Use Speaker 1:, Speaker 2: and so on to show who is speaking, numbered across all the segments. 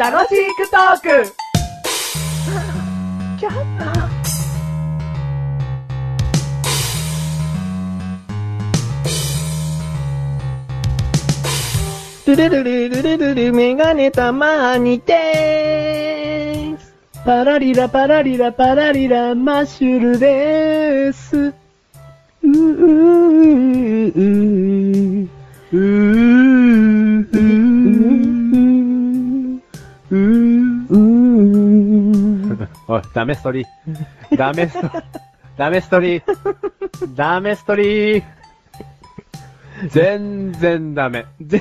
Speaker 1: 楽しくトーク
Speaker 2: ルルルルルルルルメガネたまにでーす。パラリラパラリラパラリラマッシュルでーす。うーうーうーうーうーうーうーうーうー
Speaker 3: おい、ダメストリー。ダメスト、ダメストリー。ダメストリー。全然ダメ。
Speaker 2: 全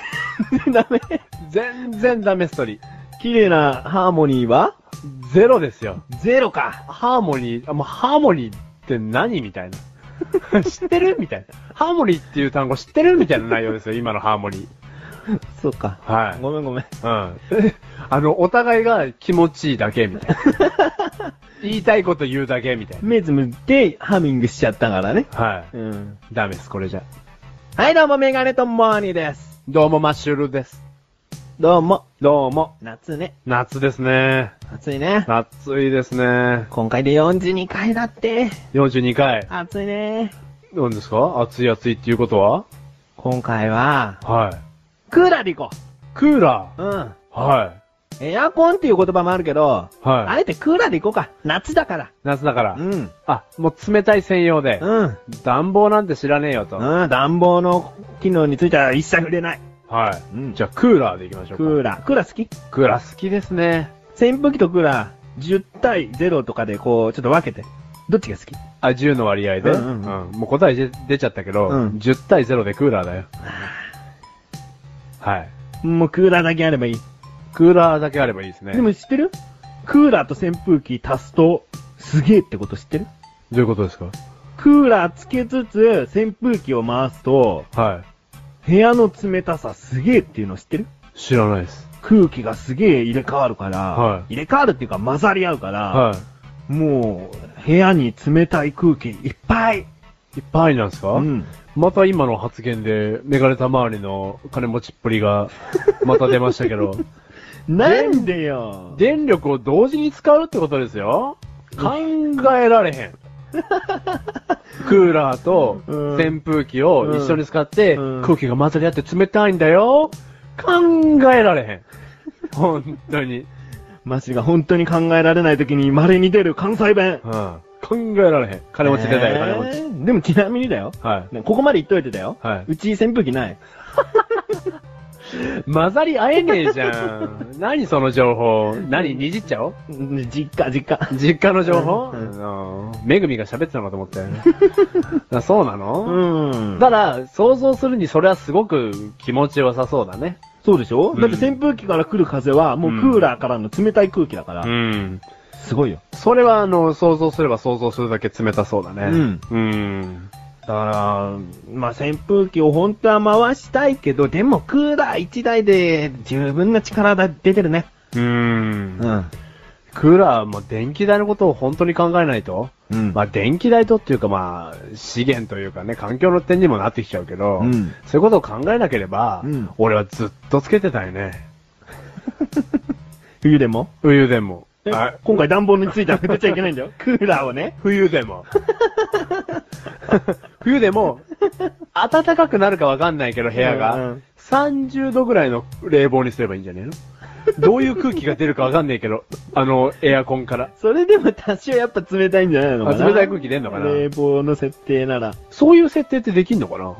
Speaker 2: 然ダメ。
Speaker 3: 全然ダメストリー。
Speaker 2: 綺麗なハーモニーは
Speaker 3: ゼロですよ。
Speaker 2: ゼロか。
Speaker 3: ハーモニー、あもうハーモニーって何みたいな。 知ってるみたいな。ハーモニーっていう単語知ってるみたいな内容ですよ、今のハーモニー。
Speaker 2: そうか。
Speaker 3: はい。
Speaker 2: ごめんごめん。
Speaker 3: うん。 あの、お互いが気持ちいいだけ、みたいな。 言いたいこと言うだけ、みたいな。
Speaker 2: 目つむってハミングしちゃったからね。
Speaker 3: は
Speaker 2: うん。
Speaker 3: い。ダメです、これじゃ。
Speaker 2: はい、どうも、メガネとモーニーです。
Speaker 3: どうも、マッシュルです。
Speaker 2: どうも、
Speaker 3: どうも。
Speaker 2: 夏ね。
Speaker 3: 夏ですね。
Speaker 2: 暑いね。
Speaker 3: 暑いですね。
Speaker 2: 今回で42回だって。
Speaker 3: 42回。
Speaker 2: 暑いね。
Speaker 3: 何ですか暑い暑いっていうことは
Speaker 2: 今回は、
Speaker 3: はい。
Speaker 2: クーラーで行こ
Speaker 3: クーラ
Speaker 2: う。うん。
Speaker 3: ー。はい。
Speaker 2: エアコンっていう言葉もあるけど、あ
Speaker 3: はい。
Speaker 2: えてクーラーで行こうか。夏だから。
Speaker 3: 夏だから
Speaker 2: う。ん。
Speaker 3: あ、もう冷たい専用で。
Speaker 2: うん。
Speaker 3: 暖房なんて知らねえよと。
Speaker 2: うん、暖房の機能については一切触れない。
Speaker 3: は
Speaker 2: うん
Speaker 3: い。じゃあ、クーラーでいきましょう
Speaker 2: ク
Speaker 3: か。
Speaker 2: ーラー。クーラー好き
Speaker 3: クーラー好きですね。
Speaker 2: 扇風機とクーラー、10対0とかでこう、ちょっと分けて。どっちが好き
Speaker 3: あ、10の割合で。
Speaker 2: う
Speaker 3: うんん
Speaker 2: うんうん
Speaker 3: もう答え出出ちゃったけど、
Speaker 2: うん
Speaker 3: 10対0でクーラーだよ。はい。
Speaker 2: もうクーラーだけあればいい。
Speaker 3: クーラーだけあればいいですね。
Speaker 2: で
Speaker 3: ど
Speaker 2: も知ってるクーラーと扇風機足すと、すげえってこと知ってる
Speaker 3: ういうことですか
Speaker 2: クーラーつけつつ、扇風機を回すと、
Speaker 3: は
Speaker 2: 部屋の冷たさすげえっていうの知ってる
Speaker 3: い。知らないです。
Speaker 2: 空気がすげえ入れ替わるから、
Speaker 3: はい
Speaker 2: 入れ替わるっていうか混ざり合うから、
Speaker 3: は
Speaker 2: もう、部屋に冷たい空気いっぱい。
Speaker 3: い。いっぱいなんですか、
Speaker 2: うん。
Speaker 3: また今の発言で、メガネたまわりの金持ちっぷりが、また出ました けど、
Speaker 2: なんでよ。
Speaker 3: 電力を同時に使うってことですよ考えられへ ん。クーラーと
Speaker 2: うん
Speaker 3: 扇風機を一緒に使って
Speaker 2: うん
Speaker 3: 空気が混ざり合って冷たいんだよ。考えられ へん。本当に。
Speaker 2: マシが本当に考えられない時に稀に出る関西弁。
Speaker 3: うん考えられへん。金持ち出たよ、金持ち。
Speaker 2: えーでもちなみにだよ。
Speaker 3: は
Speaker 2: ねここまで言っといてだよ。
Speaker 3: はいう
Speaker 2: ち扇風機ない。
Speaker 3: い。混ざり合えねえじ ゃん。何その情報。何にじっちゃおう
Speaker 2: うん実家、実家。
Speaker 3: 実家の情報
Speaker 2: う
Speaker 3: うんん。めぐみが喋ってたのかと思った よね。あそうなの
Speaker 2: うん。
Speaker 3: ただ、想像するにそれはすごく気持ちよさそうだね。
Speaker 2: そうでしょ、
Speaker 3: うん
Speaker 2: だって扇風機から来る風は、もうクーラーからの冷たい空気だから、
Speaker 3: ん。
Speaker 2: すごいよ。
Speaker 3: それは、あの、想像すれば想像するだけ冷たそうだね。うん。うん。
Speaker 2: だから、まあ、扇風機を本当は回したいけど、でもクーラー1台で十分な力が出てるね。
Speaker 3: うん。
Speaker 2: ん。
Speaker 3: クーラーも電気代のことを本当に考えないと。
Speaker 2: うん。
Speaker 3: まあ、電気代とっていうか、まあ、資源というかね、環境の点にもなってきちゃうけど、
Speaker 2: うん
Speaker 3: そういうことを考えなければ、
Speaker 2: うん
Speaker 3: 俺はずっとつけてたよね。
Speaker 2: 冬でも
Speaker 3: 冬でも。
Speaker 2: え
Speaker 3: あ
Speaker 2: 今回暖房については触れちゃいけないんだ よ。クーラーをね。
Speaker 3: 冬でも。 冬でも、暖かくなるかわかんないけど、部屋
Speaker 2: うんう
Speaker 3: が
Speaker 2: ん。
Speaker 3: 30度ぐらいの冷房にすればいいんじゃねえのどういう空気が出るかわかんないけど、あの、エアコンから。
Speaker 2: それでも多少やっぱ冷たいんじゃないのかな。
Speaker 3: あ冷たい空気出んのかな
Speaker 2: 冷房の設定なら。
Speaker 3: そういう設定ってできんのかな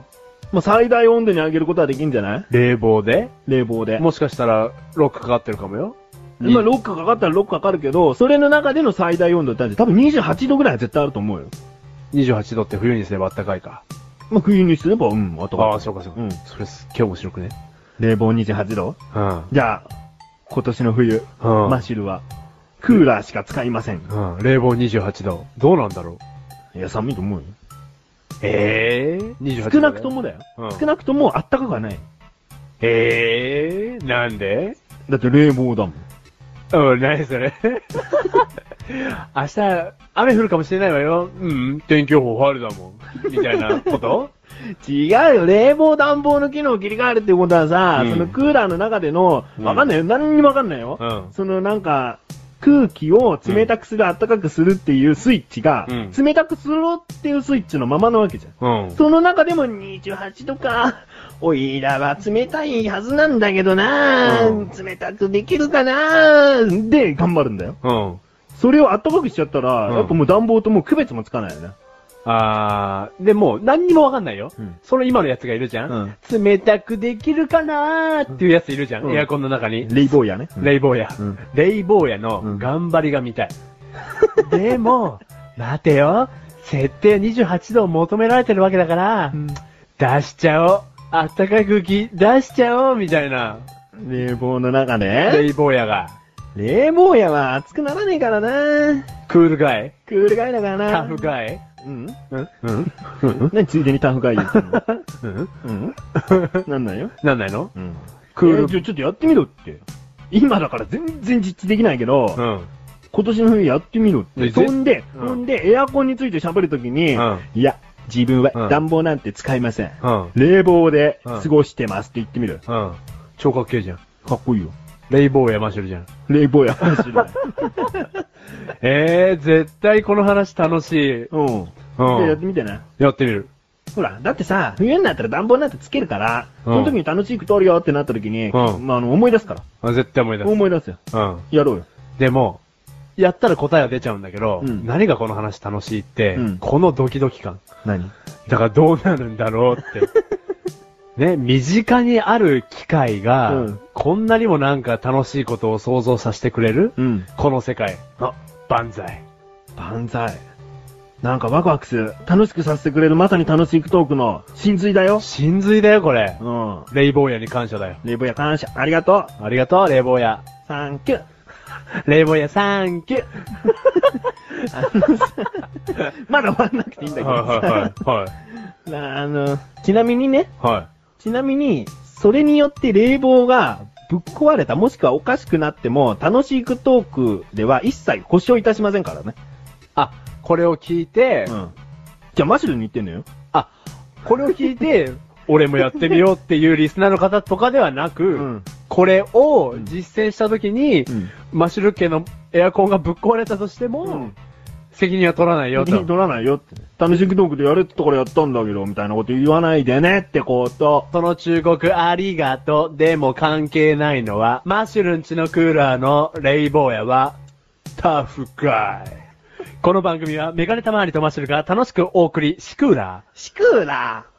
Speaker 2: まあ、最大温度に上げることはできんじゃない
Speaker 3: 冷房で
Speaker 2: 冷房で。
Speaker 3: もしかしたら、ロックかかってるかもよ。
Speaker 2: 今、ロックかかったらロックかかるけど、それの中での最大温度って多分28度ぐらいは絶対あると思うよ。
Speaker 3: 28度って冬にすれば暖かいか。
Speaker 2: まあ、冬にすれば、うん、あと
Speaker 3: あ
Speaker 2: は
Speaker 3: あ、。そうかそうか。
Speaker 2: うん
Speaker 3: それすっげえ面白くね。
Speaker 2: 冷房28度
Speaker 3: うん。
Speaker 2: じゃあ、今年の冬、
Speaker 3: うん。
Speaker 2: マシュルは、クーラーしか使いません。
Speaker 3: うん。冷房28度。どうなんだろう
Speaker 2: いや、寒いと思うよ。
Speaker 3: ええ28度。
Speaker 2: 少なくともだよ。
Speaker 3: うん
Speaker 2: 少なくともあったかくはない。
Speaker 3: ええなんで
Speaker 2: だって冷房だもん。
Speaker 3: うん、何それ。 明日、雨降るかもしれないわよ。うん、天気予報晴れだもん。みたいなこと
Speaker 2: 違うよ、冷房暖房の機能を切り替えるってことはさ、
Speaker 3: うん
Speaker 2: そのクーラーの中での、
Speaker 3: うん
Speaker 2: わかんないよ、何にもわかんないよ。
Speaker 3: うん
Speaker 2: そのなんか、空気を冷たくする、暖かくするっていうスイッチが、
Speaker 3: うん
Speaker 2: 冷たくするっていうスイッチのままなわけじゃん。
Speaker 3: うん。
Speaker 2: その中でも28度か。おいらは冷たいはずなんだけどな、
Speaker 3: うん
Speaker 2: 冷たくできるかなで、頑張るんだよ。
Speaker 3: うん。
Speaker 2: それを暖かくしちゃったら、
Speaker 3: うん
Speaker 2: やっぱもう暖房ともう区別もつかないよね。
Speaker 3: あー、でも、何にもわかんないよ。
Speaker 2: うん
Speaker 3: その今のやつがいるじゃん。冷たくできるかなーっていうやついるじゃん。
Speaker 2: うん
Speaker 3: エアコンの中に。
Speaker 2: 冷房やね。
Speaker 3: レイボーヤ。
Speaker 2: うん
Speaker 3: レイボーヤの
Speaker 2: ん
Speaker 3: 頑張りが見たい。でも、待てよ。設定28度を求められてるわけだから、出しちゃおう。あったかい空気出しちゃおうみたいな。
Speaker 2: 冷房の中
Speaker 3: レ
Speaker 2: で
Speaker 3: イボーヤが。
Speaker 2: 冷房やは暑くならねえからな
Speaker 3: クールガイ
Speaker 2: クールガイだからな
Speaker 3: タフガイ
Speaker 2: うん
Speaker 3: うんうん
Speaker 2: 何ついでにタフガイ言ったの
Speaker 3: うん
Speaker 2: うんなんないよ。
Speaker 3: なんないの
Speaker 2: うん。
Speaker 3: クール
Speaker 2: えじゃあちょっとやってみろって。今だから全然実地できないけど、
Speaker 3: うん。
Speaker 2: 今年の冬やってみろっ
Speaker 3: で
Speaker 2: て。そんで、
Speaker 3: うん
Speaker 2: そんで、エアコンについて喋るときに、
Speaker 3: うん
Speaker 2: いや、自分
Speaker 3: うん
Speaker 2: は暖房なんて使いません。
Speaker 3: うん。
Speaker 2: 冷房で
Speaker 3: うん
Speaker 2: 過ごしてますって言ってみる。
Speaker 3: うん。超かっけえじゃん。
Speaker 2: かっこいいよ。
Speaker 3: レイボーヤマシュルじゃん。
Speaker 2: 冷房や。マジで
Speaker 3: えー、絶対この話楽しい。
Speaker 2: うん。
Speaker 3: うん
Speaker 2: じゃあやってみてね。
Speaker 3: やってみる。
Speaker 2: ほら、だってさ、冬になったら暖房なんてつけるから、
Speaker 3: うん
Speaker 2: その時に楽しいことあるよってなった時に、
Speaker 3: うん
Speaker 2: まあ、あの思い出すから。
Speaker 3: あ絶対思い出す。
Speaker 2: 思い出すよ。
Speaker 3: うん。
Speaker 2: やろうよ。
Speaker 3: でも、やったら答えは出ちゃうんだけど、
Speaker 2: うん
Speaker 3: 何がこの話楽しいって、
Speaker 2: うん
Speaker 3: このドキドキ感。
Speaker 2: 何
Speaker 3: だからどうなるんだろうって。 ね、身近にある機会が、
Speaker 2: うん
Speaker 3: こんなにもなんか楽しいことを想像させてくれる、
Speaker 2: うん。
Speaker 3: この世界。あ、万歳。
Speaker 2: 万歳。なんかワクワクする。楽しくさせてくれるまさに楽しいトークの真髄だよ。
Speaker 3: 真髄だよ、これ。
Speaker 2: うん。
Speaker 3: レイボーヤに感謝だよ。
Speaker 2: レボや感謝。ありがとう。
Speaker 3: ありがとう、レイボーヤ。
Speaker 2: サンキュー。
Speaker 3: レイボーヤ、サンキュー。
Speaker 2: あのさまだ終わんなくていいんだけどさ。
Speaker 3: はい。
Speaker 2: あの、ちなみにね、
Speaker 3: は
Speaker 2: ちなみに、それによって冷房がぶっ壊れた、もしくはおかしくなっても、楽しいトークでは一切保証いたしませんからね。
Speaker 3: い。あ、これを聞いて、
Speaker 2: うん。じゃあ、マシュルに言ってんのよ。
Speaker 3: あ、これを聞いて、俺もやってみようっていうリスナーの方とかではなく、
Speaker 2: うん
Speaker 3: これを実践した時に、
Speaker 2: うん
Speaker 3: マッシュル家のエアコンがぶっ壊れたとしても、
Speaker 2: うん
Speaker 3: 責任は取らないよ
Speaker 2: 責
Speaker 3: と。
Speaker 2: 任取らないよって。楽しいトークでやるってとからやったんだけど、みたいなこと言わないでねってこと。
Speaker 3: その忠告ありがとう。でも関係ないのは、マッシュルンチのクーラーのレイボーヤは、タフかい。この番組はメガネたまわりとマッシュルが楽しくお送り、シクーラー。
Speaker 2: シクーラー。